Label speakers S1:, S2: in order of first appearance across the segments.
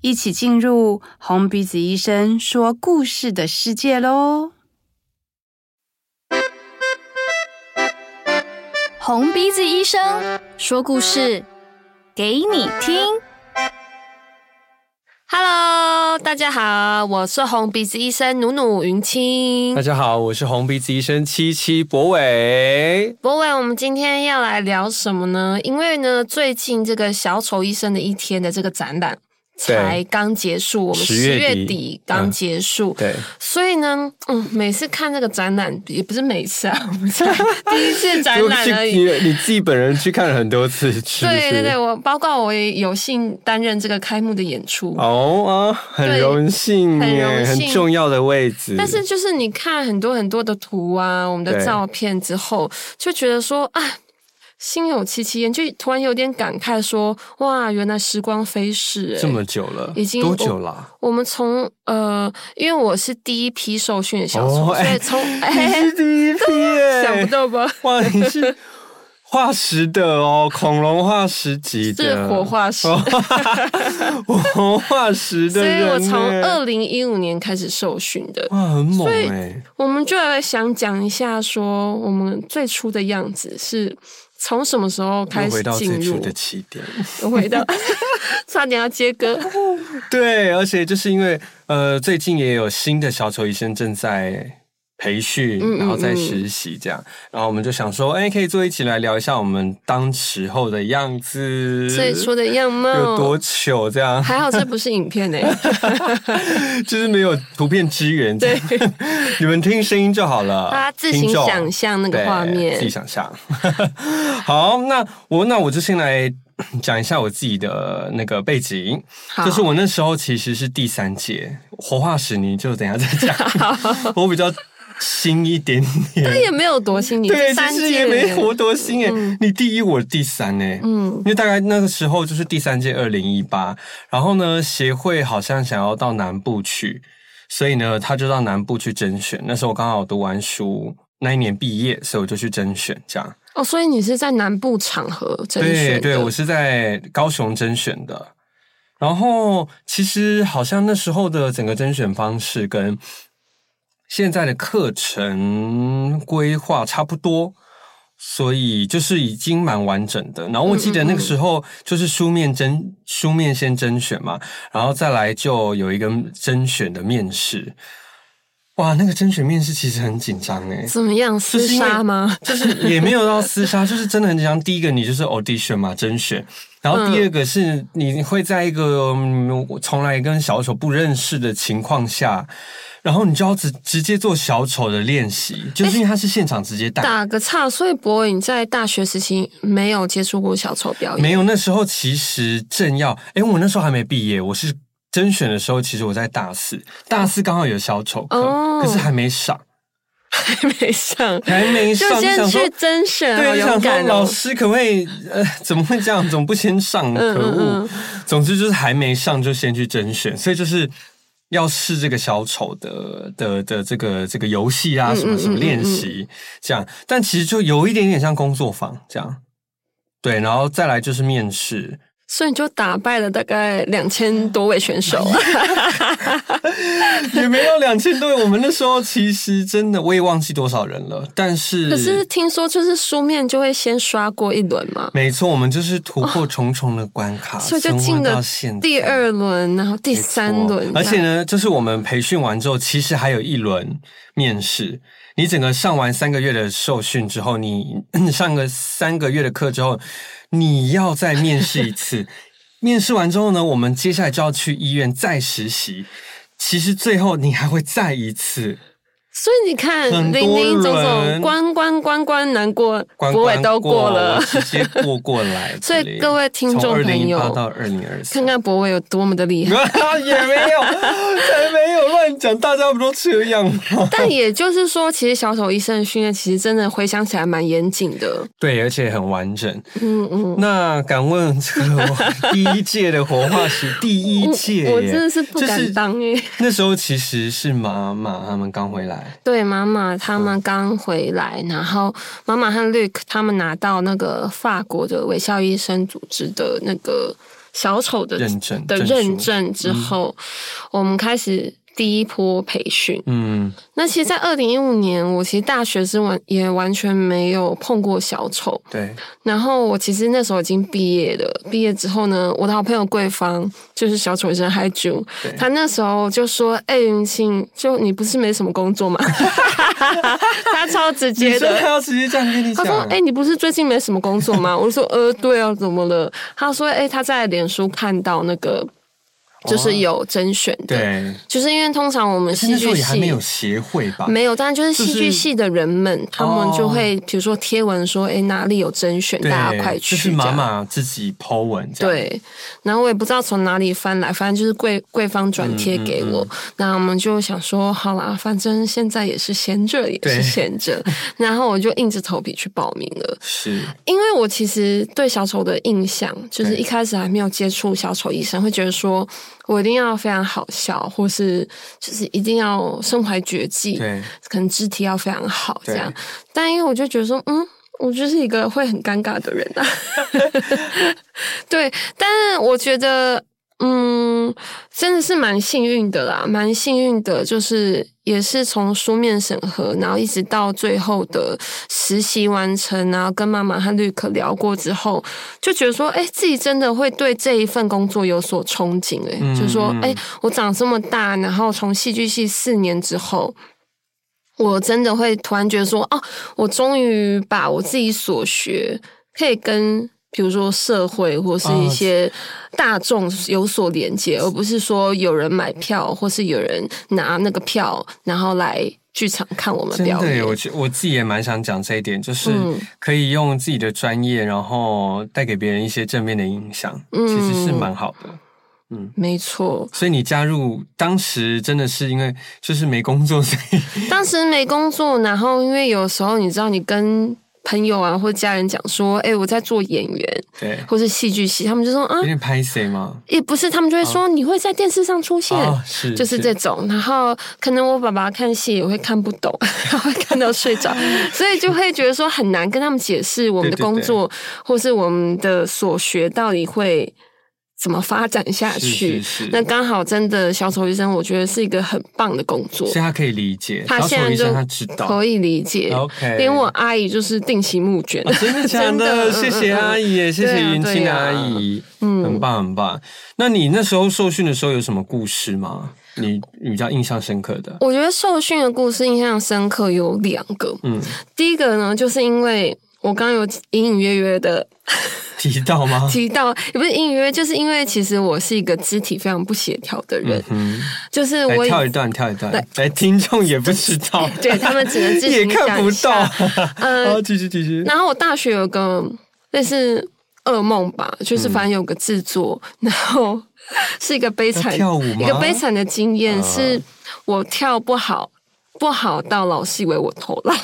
S1: 一起进入红鼻子医生说故事的世界喽！
S2: 红鼻子医生说故事给你听。Hello，大家好，我是红鼻子医生努努云清
S3: 大。家好，我是红鼻子医生七七博伟。
S2: 博伟，我们今天要来聊什么呢？因为呢，最近这个《小丑医生的一天》的这个展览
S3: 对
S2: 才刚结束，我们
S3: 10
S2: 十
S3: 月
S2: 月
S3: 底
S2: 底刚
S3: 嗯
S2: 结束。
S3: 对，
S2: 所以呢，嗯，每次看这个展览，也不是每次啊，我们才 第一次展览而已
S3: 你。你自己本人去看了很多次， 是不
S2: 对
S3: 是？
S2: 对对，我包括我也有幸担任这个开幕的演出。
S3: 哦啊，很
S2: 对
S3: 荣幸
S2: 很
S3: 耶，
S2: 荣
S3: 很
S2: 幸
S3: 重要的位置。
S2: 但是就是你看很多很多的图啊，我们的
S3: 对
S2: 照片之后，就觉得说啊，心有戚戚焉，就突然有点感慨说，哇，原来时光飞逝、欸，
S3: 这么久了，
S2: 已经
S3: 多久了？
S2: 我们从呃，因为我是第一批受训的小丑，
S3: 哦
S2: 所以
S3: 哎
S2: 从
S3: 你
S2: 哎，
S3: 是第一批 耶！
S2: 想不到吧？
S3: 哇，你是化石的哦，恐龙化石级的，
S2: 是火化石
S3: 哦， 火化石的
S2: 所以
S3: 人
S2: 我从
S3: 耶
S2: 二零一五年开始受训的，
S3: 哇，很猛
S2: 所以
S3: 哎，
S2: 我们就来想讲一下，说我们最初的样子是从什么时候开
S3: 又
S2: 始
S3: 回到
S2: 进
S3: 最初
S2: 入？
S3: 的起点。
S2: 回到， 差点要接 歌。
S3: 对，而且就是因为呃，最近也有新的小丑医生正在培训，
S2: 嗯嗯
S3: 然后在实习这样，然后我们就想说，哎，可以坐一起来聊一下我们当时候的样子，
S2: 最初的样貌
S3: 有多糗，这样
S2: 还好，这不是影片欸呢、
S3: 就是没有图片支援，
S2: 对，
S3: 你们听声音就好了，
S2: 大家自行
S3: 听众
S2: 想象那个画
S3: 对
S2: 面
S3: 自己。想象。 好，那我那我就先来讲一下我自己的那个背景。
S2: 好，
S3: 就是我那时候其实是第三届活化石泥，就等一下 再讲。我比较新一点
S2: 那
S3: 点，
S2: 也没有多新，你
S3: 对，
S2: 第
S3: 其
S2: 三
S3: 实
S2: 届
S3: 也没活多新诶、你第一，我第三诶、
S2: 嗯
S3: 因为大概那个时候就是第三届二零一八，然后呢，协会好像想要到南部去，所以呢，他就到南部去甄选。那时候我刚好读完书，那一年毕业，所以我就去甄选这样。
S2: 哦，所以你是在南部场合甄选的
S3: 对对，我是在高雄甄选的。然后其实好像那时候的整个甄选方式跟现在的课程规划差不多，所以就是已经蛮完整的。然后我记得那个时候就是书面甄，书面先甄选嘛，然后再来就有一个甄选的面试。哇，那个甄选面试其实很紧张欸诶、
S2: 怎么样厮
S3: 是因为
S2: 杀吗？
S3: 就是也没有到厮杀， 就是真的很紧张。第一个你就是 audition 嘛，甄选，然后第二个是你会在一个嗯我从来跟小丑不认识的情况下，然后你就要直直接做小丑的练习，就是因为他是现场直接带。
S2: 打个岔，所以博颖在大学时期没有接触过小丑表演，
S3: 没有，那时候其实正要，诶，我那时候还没毕业，我是甄选的时候，其实我在大四，大四刚好有小丑课，
S2: 哦
S3: 可是还没上，
S2: 还没上，
S3: 还没
S2: 就
S3: 上，就
S2: 先
S3: 想说
S2: 去甄选，好
S3: 对，就
S2: 勇
S3: 想说
S2: 敢哦
S3: 老！师可不可以？呃，怎么会这样？怎么不先上？
S2: 嗯
S3: 可恶
S2: 嗯！
S3: 总之就是还没上就先去甄选，所以就是要试这个小丑的的的这个这个游戏啊，
S2: 嗯
S3: 什么什么
S2: 嗯嗯
S3: 练习这样。但其实就有一点点像工作坊这样。对，然后再来就是面 试，
S2: 所以你就打败了大概两千多位选手
S3: 哎
S2: 啊，
S3: 也没有两千多人。我们那时候其实真的我也忘记多少人了，但是
S2: 可是听说就是书面就会先刷过一轮嘛，
S3: 没错，我们就是突破重重的关卡，
S2: 哦所以就
S3: 存活
S2: 进了
S3: 啊到现
S2: 第
S3: 在
S2: 二轮，然后第
S3: 没错
S2: 三轮，啊
S3: 而且，呢，就是我们培训完之后，其实还有一轮面试。你整个上完三个月的受训之后，你嗯上个三个月的课之后，你要再面试一次。 面试完之后呢，我们接下来就要去医院再实习。其实最后你还会再一次，
S2: 所以你看
S3: 很
S2: 零
S3: 多
S2: 零总总，
S3: 轮
S2: 关关关关难过，
S3: 关
S2: 博
S3: 关
S2: 伟都过了
S3: 我，直接过
S2: 。
S3: 过来
S2: 所以各位听众
S3: 二零
S2: 朋
S3: 一
S2: 友
S3: 八到二零二
S2: 看
S3: 三，
S2: 看博伟有多么的厉害。
S3: 也没有，才没有讲大家不都这样吗？
S2: 但也就是说，其实小丑医生的训练其实真的回想起来蛮严谨的。
S3: 对，而且很完整。
S2: 嗯嗯，
S3: 那敢问这个第一届的活化石， 第一届耶
S2: 我真的是不
S3: 就是
S2: 敢当耶。
S3: 那时候其实是妈妈他们刚回来，
S2: 对，妈妈他们刚回来，然后妈妈和 Luke 他们拿到那个法国的微笑医生组织的那个小丑的
S3: 认证
S2: 的
S3: 证书
S2: 认证之后，我们开始第一波培训。
S3: 嗯，
S2: 那其实，在二零一五年，我其实大学是完也完全没有碰过小丑，
S3: 对，
S2: 然后我其实那时候已经毕业了，毕业之后呢，我的好朋友桂芳就是小丑医生嗨啾
S3: 对，
S2: 他那时候就说：“哎、云清，就你不是没什么工作吗？” 他超直接
S3: 你说他
S2: 的。
S3: 要直接这样跟你
S2: 他
S3: 讲，
S2: 说：“哎、你不是最近没什么工作吗？”我就说：“呃，对啊，怎么了？”他说：“哎、他在脸书看到那个，就是有甄选的，
S3: 哦对，
S2: 就是因为通常我们
S3: 可是
S2: 戏
S3: 那时
S2: 剧
S3: 候也还没
S2: 系
S3: 有协会吧？
S2: 没有，但就是戏
S3: 就
S2: 剧
S3: 是
S2: 系的人们，他们就
S3: 哦
S2: 会比如说贴文说，哎、哪里有甄选，
S3: 对，
S2: 大家快去。”
S3: 就是妈妈自己 Po 文这样，
S2: 对，然后我也不知道从哪里翻来，反正就是贵贵方
S3: 嗯
S2: 转贴给我。那我们就想说，好啦，反正现在也是闲着，也
S3: 对
S2: 是闲 着。然后我就硬着头皮去报名了，
S3: 是，
S2: 因为我其实对小丑的印象，就是
S3: 对
S2: 一开始还没有接触小丑医生，会觉得说我一定要非常好笑，或是就是一定要身怀绝技，
S3: 对，
S2: 可能肢体要非常好这
S3: 对
S2: 样。但因为我就觉得说，嗯，我就是一个会很尴尬的人 啊。对，但我觉得，嗯，真的是蛮幸运的啦，蛮幸运的，就是也是从书面审核，然后一直到最后的实习完成，然后跟妈妈和绿可聊过之后，就觉得说，哎、自己真的会对这一份工作有所憧憬、诶哎、
S3: 嗯
S2: 就说
S3: 嗯，
S2: 哎、我长这么大，然后从戏剧系四年之后。我真的会突然觉得说，哦，我终于把我自己所学可以跟。比如说社会或
S3: 啊
S2: 是一些大众有所连接，而不是说有人买票或是有人拿那个票，然后来剧场看我们
S3: 真
S2: 表
S3: 的耶，
S2: 演。
S3: 我觉我自己也蛮想讲这一点，就是
S2: 嗯
S3: 可以用自己的专业，然后带给别人一些正面的影响，
S2: 嗯
S3: 其实是蛮好的。嗯，
S2: 没错，
S3: 所以你加入当时真的是因为就是没工作，所 以
S2: 当时没工作，然后因为有时候你知道，你跟朋友啊或家人讲说，哎、我在做演员
S3: 对，
S2: 或是戏剧系，他们就说啊
S3: 有，点拍谁嘛？
S2: 也不是，他们就会说、你会在电视上出现。
S3: 啊，是，
S2: 就是这种。然后可能我爸爸看戏也会看不懂， 他会看到睡 着，所以就会觉得说很难跟他们解释我们的
S3: 对对
S2: 工作或是我们的所学到底会怎么发展下
S3: 是
S2: 去。
S3: 是是
S2: 那刚好真的小丑医生，我觉得是一个很棒的工作
S3: 所以，他可以理解，
S2: 他
S3: 小
S2: 现
S3: 丑
S2: 在
S3: 医生
S2: 就
S3: 他知道，
S2: 可以理解。
S3: OK
S2: 连我阿姨就是定期募 捐，
S3: 啊真的假
S2: 真的嗯
S3: 的？谢谢
S2: 嗯嗯
S3: 阿姨耶，谢
S2: 对
S3: 谢
S2: 啊
S3: 云清
S2: 对
S3: 的阿
S2: 啊
S3: 姨，
S2: 嗯
S3: 很棒很棒。那你那时候受训的时候有什么故事吗？你你比较印象深刻的？
S2: 我觉得受训的故事印象深刻有两个，
S3: 嗯，
S2: 第一个呢，就是因为我刚刚有隐隐约约的
S3: 提到吗？
S2: 提到，也不是隐隐约，就是因为其实我是一个肢体非常不协调的人，
S3: 嗯，
S2: 就是
S3: 来
S2: 我
S3: 跳
S2: 也
S3: 一段，跳一段，来听众也不知道，
S2: 对他们只能自
S3: 也
S2: 行
S3: 看
S2: 想
S3: 不到
S2: 象。。呃
S3: 好，继续继续。
S2: 然后我大学有个类似噩梦吧，就是
S3: 嗯
S2: 反正有个制作， 然后是一个悲惨
S3: 要跳舞吗
S2: 一个悲惨的经验，
S3: 啊
S2: 是我跳不好。不好到老师以为我偷懒，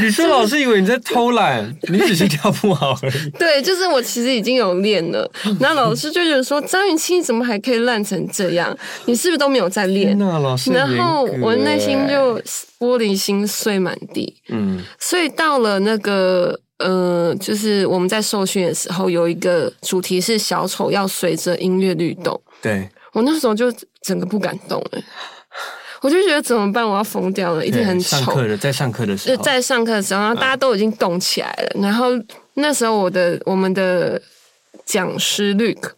S3: 你说老师以为你在 偷懒，你只是跳不好而已。
S2: 对，就是我其实已经有练 了，那老师就觉得说张云清你怎么还可以烂成这样？你是不是都没有在练？
S3: 那老师很
S2: 然
S3: 严格耶，欸
S2: 后我内心就玻璃心碎满地，
S3: 嗯，
S2: 所以到了那个呃，就是我们在受训的时候，有一个主题是小丑要随着音乐律动，
S3: 对，
S2: 我那时候就整个不敢动了，我就觉得怎么办？我要疯掉了，一定
S3: 对
S2: 很
S3: 上
S2: 丑
S3: 课。的，在上课的时
S2: 就
S3: 候，
S2: 在上课的时候，然后大
S3: 嗯
S2: 家都已经动起来了，然后那时候我的我们的讲师 Luke。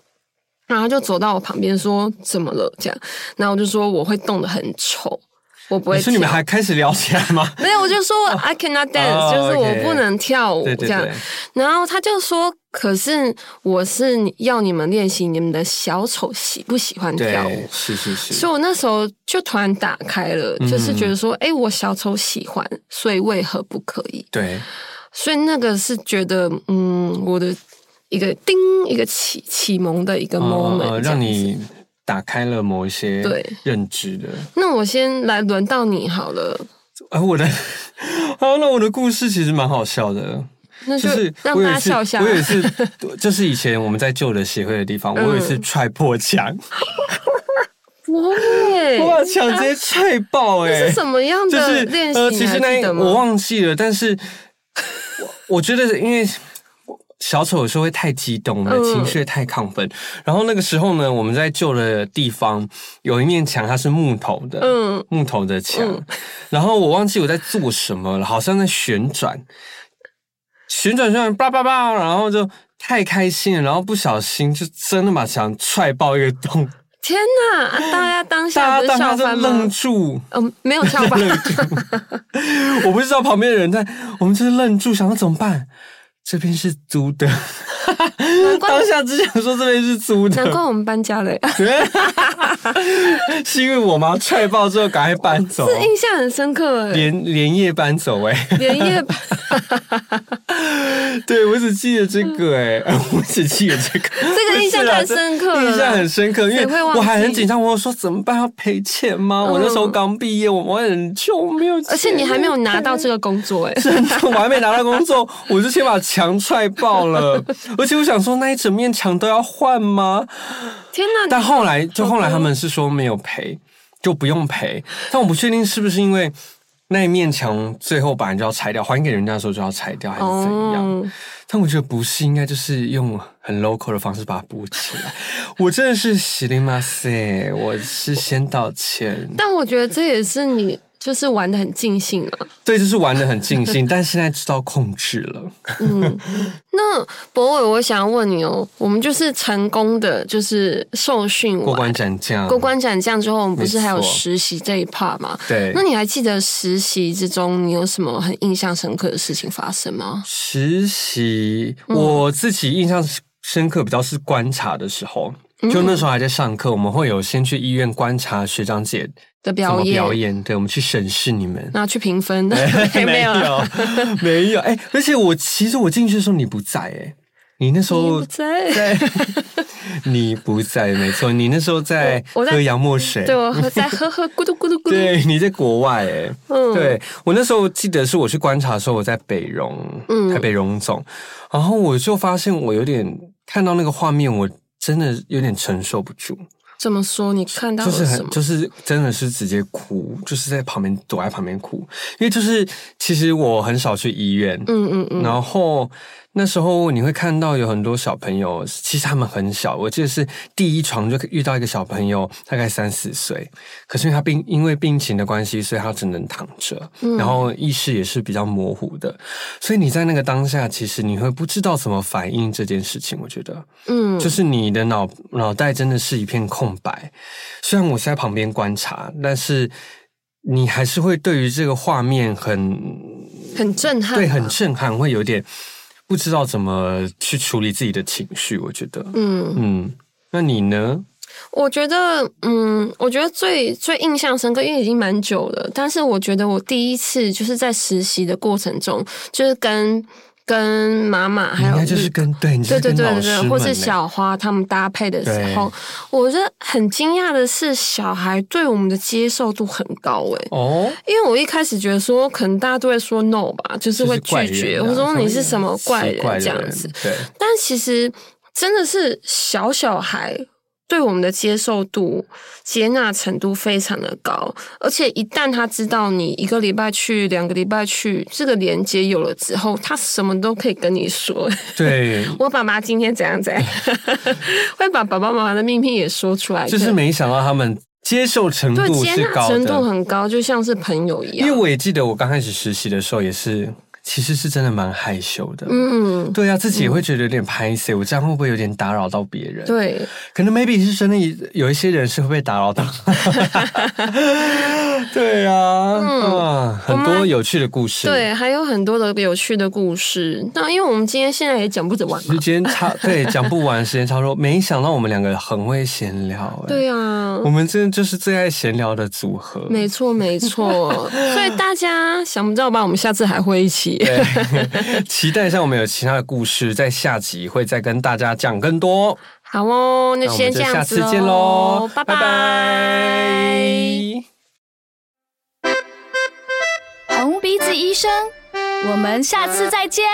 S2: 然后就走到我旁边说：“怎么了？”这样，然后我就说：“我会动得很丑，我不会
S3: 你
S2: 跳。
S3: 说”你们还开始聊起来吗？
S2: 没有，我就说 I cannot dance，、
S3: 哦
S2: 就是我
S3: OK
S2: 不能跳舞
S3: 对
S2: 这
S3: 对
S2: 样。
S3: 对，
S2: 然后他就说：“可是我是要你们练习你们的小丑喜不喜欢跳舞
S3: 对，。”是是是，
S2: 所以我那时候就突然打开了，
S3: 嗯
S2: 就是觉得说：“哎、我小丑喜欢，所以为何不可以
S3: 对，？”
S2: 所以那个是觉得，嗯，我的一个叮一个启启蒙的一个
S3: 呃
S2: moment，、
S3: 呃让
S2: 这样子
S3: 你打开了某一些
S2: 对
S3: 认知的。
S2: 那我先来轮到你好了，
S3: 哎、我的，好，那我的故事其实蛮好笑 的，
S2: 那
S3: 就
S2: 就是让
S3: 我有
S2: 大家
S3: 一次
S2: 笑一下
S3: 我。有一次，就是以前我们在旧的协会的地方，我有一次
S2: 嗯
S3: 踹破墙，
S2: 不会，
S3: 我把墙直 接踹爆、欸，
S2: 这是什么样
S3: 就
S2: 的
S3: 是
S2: 练习？
S3: 呃，
S2: 你
S3: 其实
S2: 还
S3: 那
S2: 记
S3: 一
S2: 得吗
S3: 我忘记了，但是我我觉得因为。小丑有时候会太激动，我们的
S2: 嗯
S3: 情绪会太亢奋。然后那个时候呢，我们在旧的地方有一面墙，它是木头的，
S2: 嗯
S3: 木头的墙。
S2: 嗯
S3: 然后我忘记我在做什么了，好像在旋转，旋转旋转，叭叭叭，然后就太开心了，然后不小心就真的把墙踹爆一个洞，
S2: 天哪！啊大家当下
S3: 大
S2: 不
S3: 家
S2: 是
S3: 当
S2: 笑
S3: 下就
S2: 翻
S3: 愣
S2: 吗？
S3: 住。
S2: 嗯，没有 笑翻，
S3: 我不知道旁边的人在，我们就是愣住，想要怎么办？这边是租的，
S2: 怪
S3: 当下只想说这边是租
S2: 难怪
S3: 的，
S2: 我们搬家嘞。
S3: 哦 是因为我妈踹爆之后赶快搬走，
S2: 这印象很深刻哎，
S3: 连连夜搬走哎、
S2: 连夜搬。
S3: 对我只记得这个哎、 我只记得这个，
S2: 这个印象太深刻了啦
S3: 不是啦这印象很深刻，因
S2: 谁
S3: 为
S2: 会忘记嗯
S3: 我还很紧张，我说怎么办要赔钱吗？我那时候刚毕业，我我很穷，没有钱，
S2: 而且你还没有拿到这个工作哎、
S3: 真的，我还没拿到工作，我就先把墙踹爆了。而且我想说，那一整面墙都要换吗？
S2: 天哪！
S3: 但后来，就后来他们是说没有赔，就不用赔。但我不确定是不是因为那一面墙最后本来就要拆掉，还给人家的时候就要拆掉，还是怎样？
S2: 哦，
S3: 但我觉得不是，应该就是用很 local 的方式把它补起来。我真的是喜力马塞，我是先道歉。
S2: 但我觉得这也是你就是玩的很尽兴啊。
S3: 对，就是玩的很尽兴，但现在知道控制了。
S2: 嗯，那博伟，我想要问你哦，我们就是成功的就是受训完
S3: 过关斩将，
S2: 过关斩将之后，我们不是还有
S3: 没错
S2: 实习这一 part 吗？
S3: 对。
S2: 那你还记得实习之中你有什么很印象深刻的事情发生吗？
S3: 实习，
S2: 嗯
S3: 我自己印象深刻比较是观察的时候，就那时候还在上课，我们会有先去医院观察学长姐
S2: 的
S3: 怎么
S2: 表演，
S3: 表演，对，我们去审视你们。
S2: 然后去评分， 没有啦，
S3: 有， 没有，哎、而且我其实我进去的时候你不在、哎，你那时
S2: 你
S3: 候
S2: 不在。
S3: 在， 你不在，没错，你那时候在
S2: 我我在
S3: 喝洋墨水，
S2: 对，我喝在喝喝咕嘟咕嘟咕嘟，
S3: 对，你在国外、哎，
S2: 嗯，
S3: 对我那时候记得是我去观察的时候，我在北荣，
S2: 嗯
S3: 台北荣总，然后我就发现我有点看到那个画面，我真的有点承受不住，
S2: 怎么说？你看到
S3: 就
S2: 了
S3: 是
S2: 什
S3: 很
S2: 么？
S3: 就是真的是直接哭，就是在旁边躲在旁边哭，因为就是其实我很少去医院，
S2: 嗯嗯嗯，
S3: 然后那时候你会看到有很多小朋友，其实他们很小，我记得是第一床就遇到一个小朋友，大概三四岁，可是因为他病因为病情的关系，所以他只能躺着，
S2: 嗯
S3: 然后意识也是比较模糊的，所以你在那个当下，其实你会不知道怎么反应这件事情。我觉得，
S2: 嗯，
S3: 就是你的脑脑袋真的是一片空白。虽然我是在旁边观察，但是你还是会对于这个画面很
S2: 很震撼吧，
S3: 对，很震撼，会有点不知道怎么去处理自己的情绪。我觉得，
S2: 嗯，
S3: 嗯，那你呢？
S2: 我觉得，嗯，我觉得最最印象深刻，因为已经蛮久了。但是我觉得我第一次就是在实习的过程中，就是跟跟妈妈
S3: 你
S2: 还
S3: 应
S2: 有
S3: 该就是
S2: 嗯
S3: 跟对，你
S2: 对
S3: 就是
S2: 对
S3: 跟
S2: 对
S3: 老
S2: 对
S3: 师
S2: 对，
S3: 们
S2: 或是
S3: 呢
S2: 小花他们搭配的时候，我觉得很惊讶的是，小孩对我们的接受度很高诶、
S3: 哦，
S2: 因为我一开始觉得说，可能大家都会说 no 吧，就是会拒绝，
S3: 我
S2: 或者说你是什么怪人这样子。，
S3: 奇怪的人
S2: 但其实真的是小小孩对我们的接受度、接纳程度非常的高，而且一旦他知道你一个礼拜去、两个礼拜去，这个连接有了之后，他什么都可以跟你说。
S3: 对对。
S2: 我爸妈今天怎样怎 样，会把爸爸妈妈的秘密也说出来，
S3: 就是没想到他们接受程
S2: 对
S3: 度
S2: 接
S3: 是
S2: 纳
S3: 高
S2: 程度
S3: 的，
S2: 很高，就像是朋友一
S3: 因
S2: 样。
S3: 为我也记得我刚开始实习的时候也是，其实是真的蛮害羞的。
S2: 嗯，
S3: 对啊，自己也会觉得有点拍 C，、我这样会不会有点打扰到别人？
S2: 对，
S3: 可能 maybe 是真的有一些人是会被打 扰到。对啊，
S2: 嗯
S3: 啊，很多有趣的故事。
S2: 对，，还有很多的有趣的故事。那因为我们今天现在也讲不完嘛
S3: 就，今天差 对讲不完，时间差不多。没想到我们两个很会闲聊、哎
S2: 对啊
S3: 我，们真的就是最爱闲聊的组合。
S2: 没错没错。所以大家想不到吧？我们下次还会一起。
S3: 对，期待一下我们有其他的故事，在下集会再跟大家讲更多。
S2: 好哦，那
S3: 那我们
S2: 先
S3: 就
S2: 这
S3: 下
S2: 样
S3: 次
S2: 子
S3: 见喽
S2: 喽，，
S3: 拜拜
S4: 红鼻子医生，我们下次再见。